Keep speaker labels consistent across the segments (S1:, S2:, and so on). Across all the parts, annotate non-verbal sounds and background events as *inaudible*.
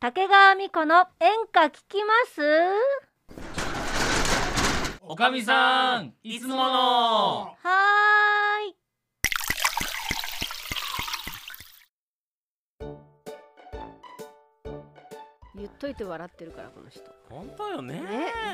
S1: 竹川美子の演歌聞きます
S2: おかみさんいつもの
S1: はーい
S3: 言っといて笑ってるからこの人
S2: 本当よね
S3: ね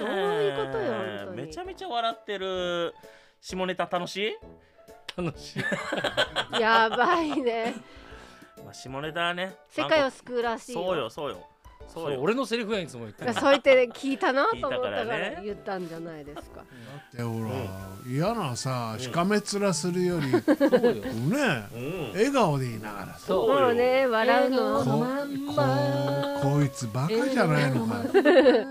S3: どういうことよ本当に
S2: めちゃめちゃ笑ってる下ネタ楽しい楽しい
S3: やばいね
S2: *laughs* まあ下ネタはね
S3: 世界
S2: なん
S3: を
S2: か
S3: 救うらしい
S2: そうよそうよそ
S4: そうれ
S2: よ
S4: 俺のセリフやんいつも言って
S3: い
S4: んの
S3: やそう言って聞いたなと思っ
S2: 聞
S3: たか
S2: いたからね
S3: ら言ったんじゃないですか
S5: でほら、嫌なさしかめ面す
S2: *laughs*
S5: るより、ね
S4: そうよ
S2: うん
S5: 笑顔でいながらさ
S4: そう
S3: もうね笑う
S5: こ
S3: の
S5: ここいつバカじゃないのかよ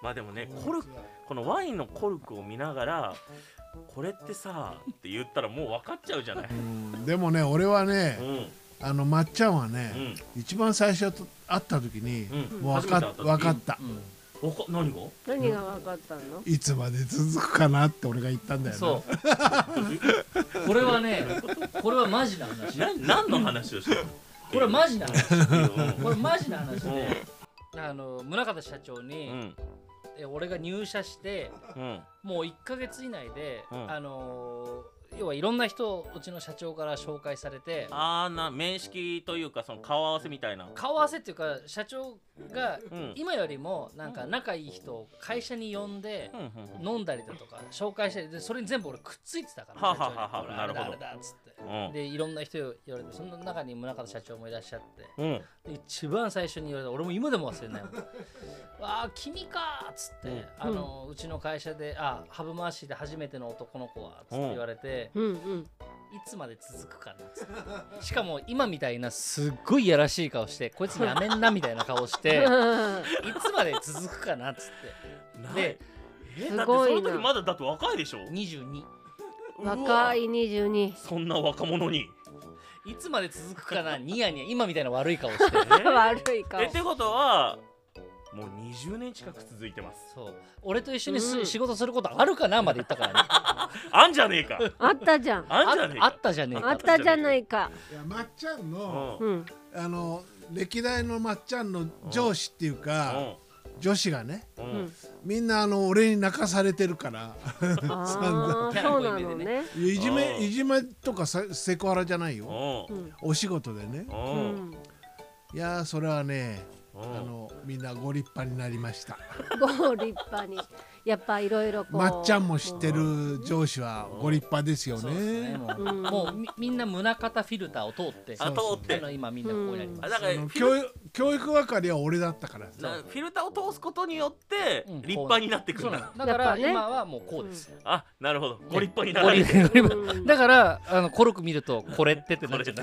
S2: まあでもねコルクこのワインのコルクを見ながらこれってさって言ったらもう分かっちゃう
S4: *laughs*
S2: じゃない
S5: うんでもね俺はね、
S2: うんうん
S5: あのまっちゃんはね、一番最初と会った時に、
S2: うん
S5: もう分か
S2: 初めて会った時
S5: 分かった、
S2: おこ何が
S3: 何が分かったの
S5: いつまで続くかなって俺が言ったんだよね
S4: そうこれはねこれはマジな話
S2: な何の話をしてる
S4: これはマジな話
S2: の
S4: これマジな話
S2: うん
S4: であの宗像社長
S2: う
S4: に、
S2: ん
S4: え俺が入社して
S2: うん
S4: もう1ヶ月以内で、
S2: うん
S4: あのー要はいろんな人をうちの社長から紹介されて
S2: あーな面識というかその顔合わせみたいな
S4: 顔合わせっていうか社長が
S2: うん
S4: 今よりもなんか仲いい人を会社に呼んで
S2: うんうんうん
S4: 飲んだりだとか紹介したりでそれに全部俺くっついてたから
S2: はあ
S4: 社長に
S2: はあはあ
S4: これあれだ
S2: なる
S4: あ
S2: ほ
S4: れ
S2: ど
S4: だっつって
S2: うん
S4: でいろんな人を言われてその中に宗像社長もいらっしゃって
S2: うん
S4: で一番最初に言われた俺も今でも忘れないもん
S2: *laughs*
S4: わあ君かーっつって、
S2: うん
S4: あのうちの会社であハブ回しで初めての男の子はっつって言われて、
S3: うんうん
S4: いつまで続くかなっつってしかも今みたいなすっごいやらしい顔してこいつやめんなみたいな顔して
S3: う
S4: いつまで続くかなっつっ
S2: な
S4: てで
S2: え
S3: す
S2: だって
S3: ご
S2: そ
S3: いな
S2: の時まだだって若いでしょ
S4: 22
S3: ん *laughs* 若
S2: い
S3: い22
S2: そんな若者に
S4: いつまで続くかなニヤニヤ今みたいな悪い顔して
S3: 悪い顔
S2: えってことはもう20年近く続いてます
S4: そう俺と一緒にす、
S3: うん
S4: 仕事することあるかなまで言ったからね
S2: あんじゃねえか
S3: あったじゃん
S2: あんじゃねえ
S4: あ
S2: か
S4: ったじゃねえ
S3: あ
S4: か
S3: ったじゃないか
S5: いやまっちゃん
S2: う
S5: の、
S2: ん
S3: う
S2: うん
S3: ん
S5: あの歴代のまっちゃんの上司っていうか、女子がね
S2: う
S3: うんん
S5: みんなあの俺に泣かされてるから
S3: ああそうなのね
S5: いやいじ
S2: うん
S5: めいじめとかさセクハラじゃないよ
S2: うん
S5: お仕事でね
S2: う
S3: うん
S2: うん
S3: ん
S5: いやーそれはね
S2: う
S5: あ
S2: ん
S5: のみんなご立派になりました
S3: ご立派にやっぱいろいろこう
S5: まっちゃんも知ってる上司はご立派ですよ
S4: そうですね
S5: ね
S4: も
S3: う
S4: うんもうみみんな胸型フィルターを通って
S2: あ
S4: あ
S2: 通って
S4: の今みんなこうやり
S2: あ
S4: ます、
S2: だから
S5: あの
S2: フィル
S5: 教育教育係は俺だったから
S2: なフィルターを通すことによって
S4: うん
S2: 立派になってく
S4: そ
S2: る
S4: うなのだ
S2: な
S4: か
S3: やっ
S4: ら
S3: ぱね
S4: 今はもうこうです、
S2: あなるほどご立派にな
S4: こ
S2: られ
S4: れ
S2: て
S3: うん
S4: だからあのコルク見るとこれってってなっちゃう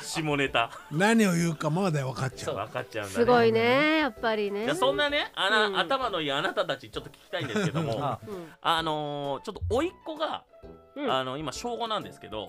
S2: 下ネタ
S5: *laughs* 何を言うかまだ分かっちゃう
S2: 分かっちゃうんだね
S3: すごいねやっぱり
S2: じゃ
S3: ね
S2: あそんなねあな、
S3: うん
S2: 頭のいいあなたたちちょっと聞きたいんですけども
S4: あ
S3: うん
S2: あのーちょっと甥っ子が、
S3: うん
S2: あの今小5なんですけど、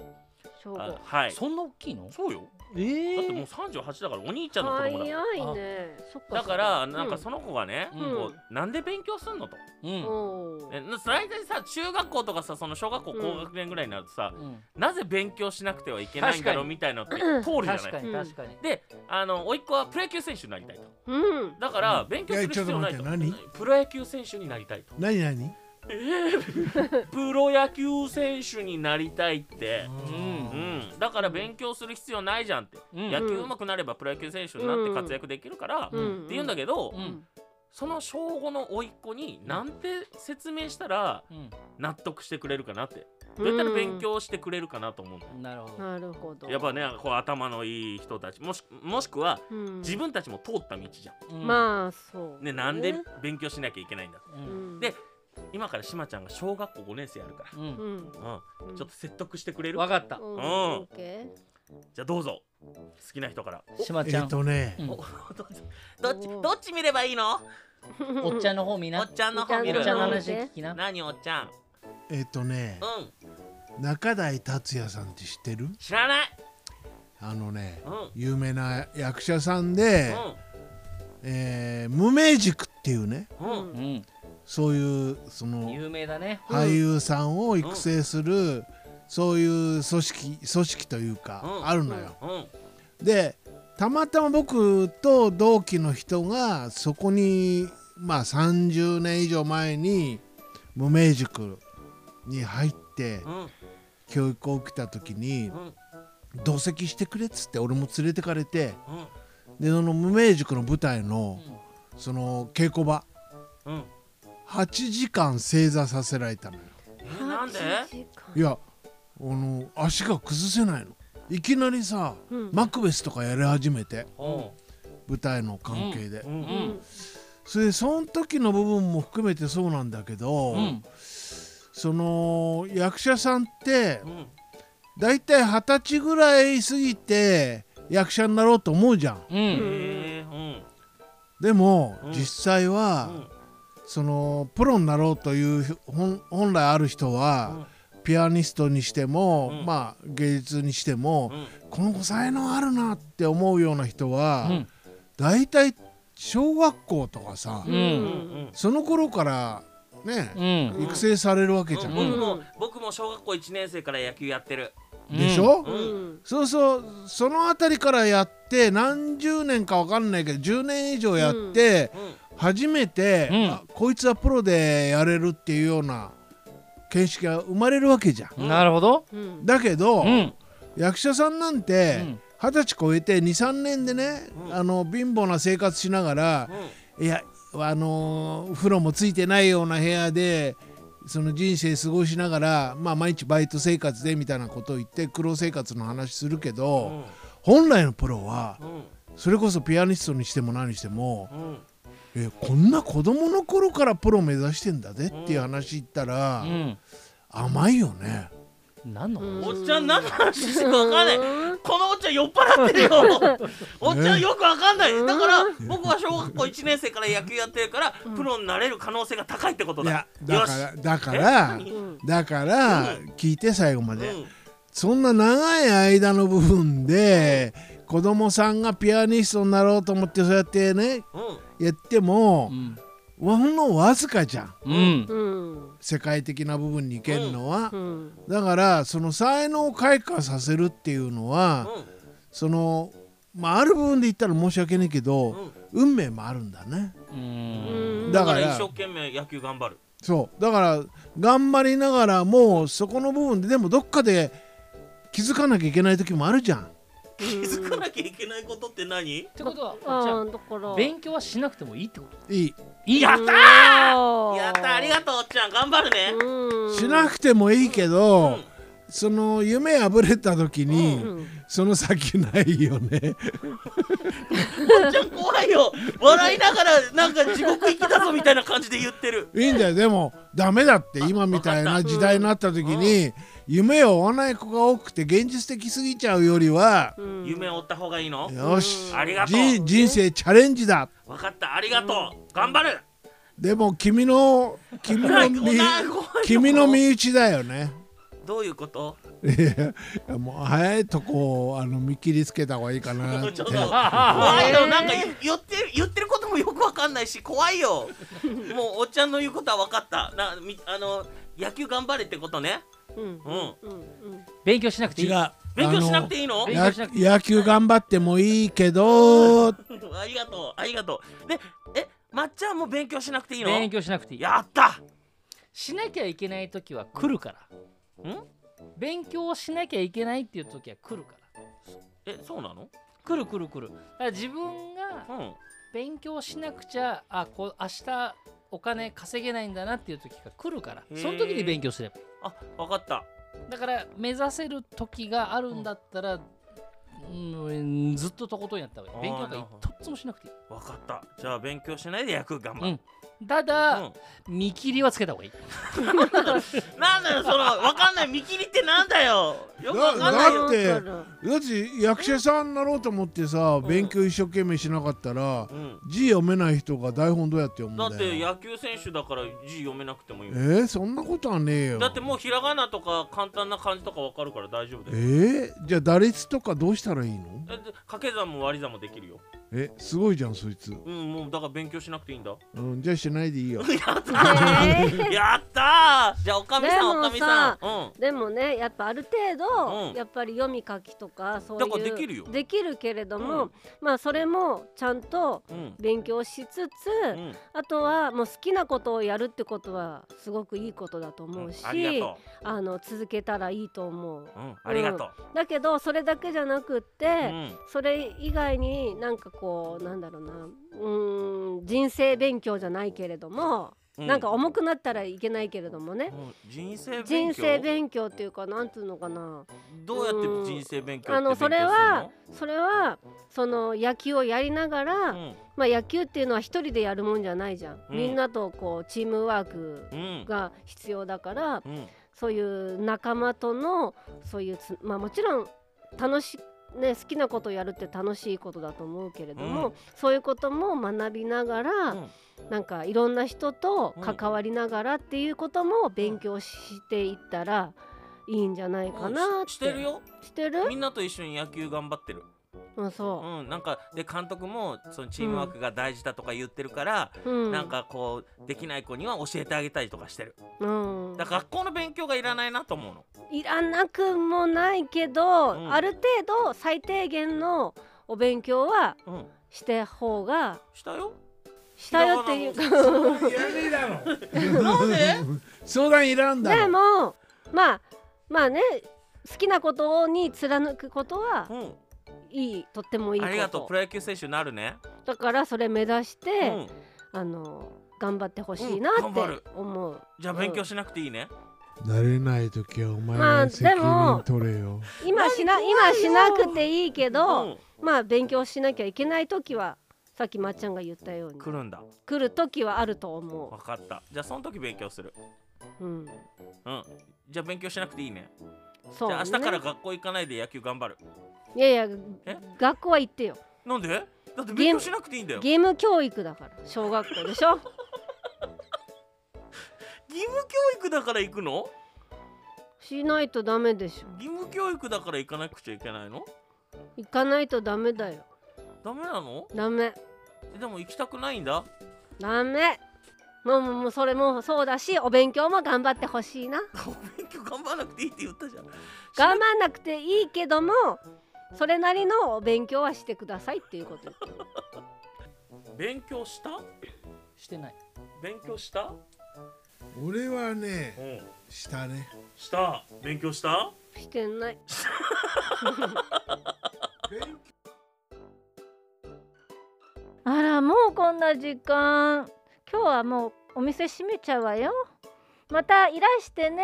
S3: 正
S2: あ
S3: 午
S2: はい
S4: そんな大きいの
S2: そうよ
S4: え
S2: だって
S4: ー
S2: もう38だからお兄ちゃんの子
S3: 早
S2: 供だから
S3: いねそっそっ
S2: だからなんかその子がね、
S4: うん
S2: こうなんで勉強すんのと、
S4: う
S3: うん
S4: ん
S3: お
S2: え
S3: ー
S2: な大体さ中学校とかさその小学校
S3: うん
S2: 高学年ぐらいになるとさ、
S4: うん
S2: なぜ勉強しなくてはいけないんだ
S4: 確
S2: ろ
S4: か
S2: う
S4: に
S2: みたいなのって
S3: うん
S2: 通るじゃ
S4: 確
S2: な
S4: か
S2: い
S4: に
S3: うん
S4: 確かに、
S2: であの甥っ子はプロ野球選手になりたいと
S3: うん
S2: だから
S4: うん
S2: 勉強する必要ないと
S5: いやちょっと待って
S2: プロ野球選手になりたいと
S5: 何何
S2: プロ野球選手になりたいって、
S4: ん
S2: うん、だから勉強する必要ないじゃんって、
S4: うん
S2: 野球上手くなればプロ野球選手になって活躍できるから、っ
S3: う
S2: て
S3: ん
S2: 言うんだけど、
S4: うん
S2: その小5の甥っ子になんて説明したら
S4: う
S2: 納得してくれるかなってどうやったら勉強してくれるかなと思うの、
S4: んなるほ
S3: うん
S4: ど
S3: なるほど
S2: やっぱねこう頭のいい人たちもしもしくは
S3: うん
S2: 自分たちも通った道じゃ、
S4: うん
S3: まあそうん
S2: ね、なんで勉強しなきゃいけないんだ
S4: う
S3: うんん
S2: で今からしまちゃんが小学校5年生やるか
S4: う
S3: うんん
S2: ら、うん、ちょっと説得してくれる
S4: わかった
S3: うん
S2: うん
S3: オッケ
S2: じゃあどうぞ好きな人から
S4: しま
S5: えっ、
S4: ちゃん、
S5: とね
S4: うん
S2: お *laughs* どっちどっちどっち見ればいいの
S3: ー
S4: おっちゃんの方見
S2: お
S4: な
S2: っちゃんの方見
S4: お
S2: る
S4: っちゃんの
S3: おっ
S4: 話聞きな
S2: 何おっちゃん
S5: えっ、とね
S2: うん
S5: 中台達也さんって知ってる
S2: 知らない
S5: あのね
S2: うんうん
S5: 有名な役者さんで、えー無名塾っていうね
S2: うん、
S3: う
S4: うん
S5: そういうその
S4: 有名だね
S5: 俳優さんを育成する、そういう組織組織というか、
S2: うん
S5: あるのよ。
S2: うん
S5: でたまたま僕と同期の人がそこにまあ30年以上前に無名塾に入って
S2: うん
S5: 教育を受けた時に
S2: うん
S5: 同席してくれっつって俺も連れてかれて
S2: うん
S5: でその無名塾の舞台の
S4: うん
S5: その稽古場
S2: うん
S5: 8時間正座させられたのよ
S2: えなんで
S5: いやあの足が崩せないのいきなりさ、
S3: うん
S5: マクベスとかやり始めて
S2: うん
S5: 舞台の関係で、
S2: うん
S4: う
S3: うんん
S5: それでその時の部分も含めてそうなんだけど、
S4: うん
S5: その役者さんって
S2: うん
S5: だいたい二十歳ぐらい過ぎて役者になろうと思うじゃん
S4: う
S2: へ
S4: ん
S2: えうん
S5: でも、
S2: うん
S5: 実際は、そのプロになろうという本本来ある人は、ピアニストにしても、
S2: うん
S5: まあ芸術にして
S2: う
S5: も
S2: ん、うん
S5: この子才能あるなって思うような人は、
S4: うん
S5: だいたい小学校とかさ、
S4: うん
S2: うん
S5: その頃からね、
S4: うん
S5: 育成されるわけじゃん、
S2: 僕も僕も小学校1年生から野球やってる
S5: でしょ、
S2: う
S3: うんん
S5: そうそうその辺りからやって何十年かわかんないけど10年以上やって、
S2: うん
S5: 初めて、
S4: うん
S5: あこいつはプロでやれるっていうような見識が生まれるわけじゃん。
S4: なるほど
S3: うん
S5: だけど、
S4: うん
S5: 役者さんなん
S4: う
S5: て
S4: ん
S5: 二十、歳超えて23年でね、
S2: うん
S5: あの貧乏な生活しながら、
S2: うん
S5: いやあのー風呂もついてないような部屋でその人生過ごしながら、まあ、毎日バイト生活でみたいなことを言って苦労生活の話するけど、
S2: うん
S5: 本来のプロは
S2: うん
S5: それこそピアニストにしても何にしても、
S2: うん
S5: えこんな子供の頃からプロ目指してんだぜっていう話言ったら、
S4: うん
S5: 甘いよね。
S4: 何の
S3: うん
S2: おっちゃん何の話してるか分かんないこのおっちゃん酔っ払ってるよおっちゃんよく分かんないだから僕は小学校1年生から野球やってるからプロになれる可能性が高いってこと
S5: いや
S2: だ
S5: だ
S2: よし
S5: からだから
S2: え
S3: うん
S5: だから聞いて最後ま
S2: う
S5: で、
S2: ん
S5: そんな長い間の部分で子供さんがピアニストになろうと思ってそうやってね
S2: うん
S5: やっても
S4: う、ん
S5: ほんのわずかじゃん
S4: うん
S3: うん
S5: 世界的な部分に行けるのは、
S3: うん
S5: だからその才能を開花させるっていうのは、
S2: う
S5: そのまあある部分で言ったら申し訳ないけど、
S2: んうん
S5: 運命もあるんだね
S3: うん
S5: だ
S2: だ
S5: か
S2: からら一生懸命野球頑張る
S5: そうだから頑張りながらもうそこの部分ででもどっかで気づかなきゃいけない時もあるじゃん
S3: 気
S2: 気づかなきゃいけないことって何
S4: ってことはおっちゃ
S3: あ
S4: ん
S3: ーだから
S4: 勉強はしなくてもいいってこと
S5: いい
S4: いいや
S3: た
S2: やったありがとうおっちゃん頑張るね
S3: うん
S5: しなくてもいいけど、
S2: うん
S5: その夢破れた時に、
S3: うん
S5: その先ないよね *laughs*
S2: おっちゃん怖いよ笑いながらなんか地獄行きだぞみたいな感じで言ってる
S5: いいんだよでもダメだって今みたいな時代になった時に、夢を追わない子が多くて現実的すぎちゃうよりは、
S3: うん
S2: 夢を追った方がいいの
S5: よし、
S2: ありがとう
S5: じ人生チャレンジだ
S2: 分かったありがとう頑張る
S5: でも君の君
S2: *laughs*
S5: の
S2: 怖い
S5: 身
S2: 怖い
S5: 君の身内だよね
S2: どういうこと
S5: いやいやもう早いとこをあの見切りつけた方がいいかな
S2: *laughs*
S5: っ
S2: ち
S5: て
S2: ょっと怖い
S3: え
S2: よ
S3: ー
S2: なんか言ってる言ってることもよくわかんないし怖いよもうおっちゃんの言うことは分かったなみあの野球頑張れってことね
S3: うん
S2: うん
S3: うん
S4: 勉強しなくていい
S2: 勉強しなくていいの
S5: あの
S4: 勉強しなくていい
S5: や野球頑張ってもいいけど
S2: *laughs* ありがとうありがとうでえまっちゃんも勉強しなくていいの
S4: 勉強しなくていい
S2: やった
S4: しなきゃいけない時は来るから
S2: ん
S4: 勉強をしなきゃいけないっていう時は来るから
S2: えそうなの
S4: 来る来る来るだから自分が
S2: うん
S4: 勉強しなくちゃあこう明日お金稼げないんだなっていう時が来るから
S2: へー
S4: その時に勉強すればい
S2: あ分かった
S4: いだから目指せる時があるんだったら、うんずっととことんやった方がいい勉強
S2: あーな
S4: が
S2: る
S4: 一
S2: ほ
S4: つもしなくていい、
S2: 分かったじゃあ勉強しないで野球頑張る、
S4: うん、ただ、
S2: うん
S4: 見切りはつけた方がいい
S2: なんだよそのわかんない見切りってなんだよよくわかんないよ
S5: だって
S3: わかる
S5: だって役者さんになろうと思ってさ
S2: ん
S5: 勉強一生懸命しなかったら
S2: うん
S5: 字読めない人が台本どうやって読むんだ
S2: だ
S5: よ
S2: って野球選手だから字読めなくてもいい
S5: え
S2: もん
S5: ー、そんなことはねえよ
S2: だってもうひらがなとか簡単な漢字とかわかるから大丈夫
S5: え
S2: だよ
S5: ー、じゃあ打率とかどうしたらいいの
S2: だって掛け算も割り算もできるよ
S5: えすごいじゃんそいつ、
S2: うんもうだから勉強しなくていいんだ
S5: うん、じゃあしてないでいいよ
S2: やった
S3: ね
S2: ーやったーじゃあおかみさ
S3: で
S2: ん
S3: も
S2: おかみさん
S3: さ
S2: うん
S3: *laughs* でもねやっぱある程度、
S2: うん
S3: やっぱり読み書きとかそういう
S2: だからできるよ
S3: できるけれども、
S2: うん
S3: まあそれもちゃんと
S2: うん
S3: 勉強しつつ、
S2: うん
S3: あとはもう好きなことをやるってことはすごくいいことだと思うし、
S2: ありがと
S3: あの続けたらいいと思う
S2: ううんありがとう
S3: だけどそれだけじゃなく
S2: う
S3: って、
S2: ん
S3: それ以外になんかこうなんだろうなうーん人生勉強じゃないけれども、
S2: う
S3: なんか重くなったらいけないけれどもね、
S2: うん人生勉強
S3: 人生勉強っていうかなんていうのかな
S2: どうやって人生勉強って
S3: あ
S2: 勉強
S3: の
S2: す
S3: そ
S2: る
S3: れはそれはその野球をやりながら、
S2: の
S3: まあ野球っていうのは一人でやるもんじゃないじゃん、
S2: うん
S3: みんなとこうチームワーク
S2: うんうん
S3: が必要だから
S2: うん
S3: そういう仲間とのそういうつまあもちろん楽しね、好きなことやるって楽しいことだと思うけれども、
S2: うん
S3: そういうことも学びながら、
S2: うん
S3: なんかいろんな人と関わりながらっていうことも勉強していったらいいんじゃないかなっ
S2: うん
S3: て。
S2: ししてるよ
S3: してる
S2: みんなと一緒に野球頑張ってる
S3: うん、そ
S2: うんなんかで監督もそのチームワークが大事だとか言ってるから
S3: う。うん、
S2: なん、かこうできない子には教えてあげたりとかしてる
S3: うん、
S2: だから学校の勉強がいらないなと思うの
S3: いらなくもないけど、
S2: うん
S3: ある程度最低限のお勉強は
S2: うん
S3: して方が
S2: したよ
S3: したよっていうか
S2: だ
S6: いらねえだろ
S2: なん
S3: *laughs*
S2: で
S5: 相談いらんだ
S3: で
S5: ろ
S3: もまあまあね好きなことに貫くことは
S2: うん
S3: いいとってもいいこと
S2: ありがとうプロ野球選手になるね
S3: だからそれ目指し
S2: う
S3: て、
S2: ん
S3: あの頑張ってほしいな
S2: うん
S3: っ
S2: 頑張る
S3: て思う、
S2: じゃあ勉強しなくていいね
S5: 慣れない時はお前
S3: まあ
S5: が
S3: でも
S5: 責任取れよ、
S3: 今しな今しなくていいけど、
S2: うん
S3: まあ勉強しなきゃいけない時はさっきまっちゃんが言ったように
S2: 来るんだ
S3: 来る時はあると思
S2: わかったじゃあその時勉強する
S3: う、うん、
S2: うんじゃあ勉強しなくていいね
S3: そう、
S2: じ
S3: ね、
S2: ゃあ明日から学校行かないで野球頑張る
S3: いやいや
S2: え
S3: 学校は行ってよ
S2: なんでだって勉強しなくていいんだよ義
S3: 義務教育だから小学校でしょ *laughs*
S2: 務教育だから行くの
S3: しないとダメでしょ
S2: 義務教育だから行かなくちゃいけないの
S3: 行かないとダメだよ
S2: ダメなの
S3: ダメ
S2: えでも行きたくないんだ
S3: ダメもうもうもうそれもそうだしお勉強も頑張ってほしいな
S2: お勉強頑張らなくていいって言ったじゃん
S3: 頑張んなくていいけどもそれなりのお勉強はしてくださいっていうこと
S2: 勉強した
S4: してない
S2: 勉強した
S5: 俺はね
S2: うん
S5: したね
S2: した勉強した
S3: してない
S1: あらもうこんな時間今日はもうお店閉めちゃうわよまたいらしてね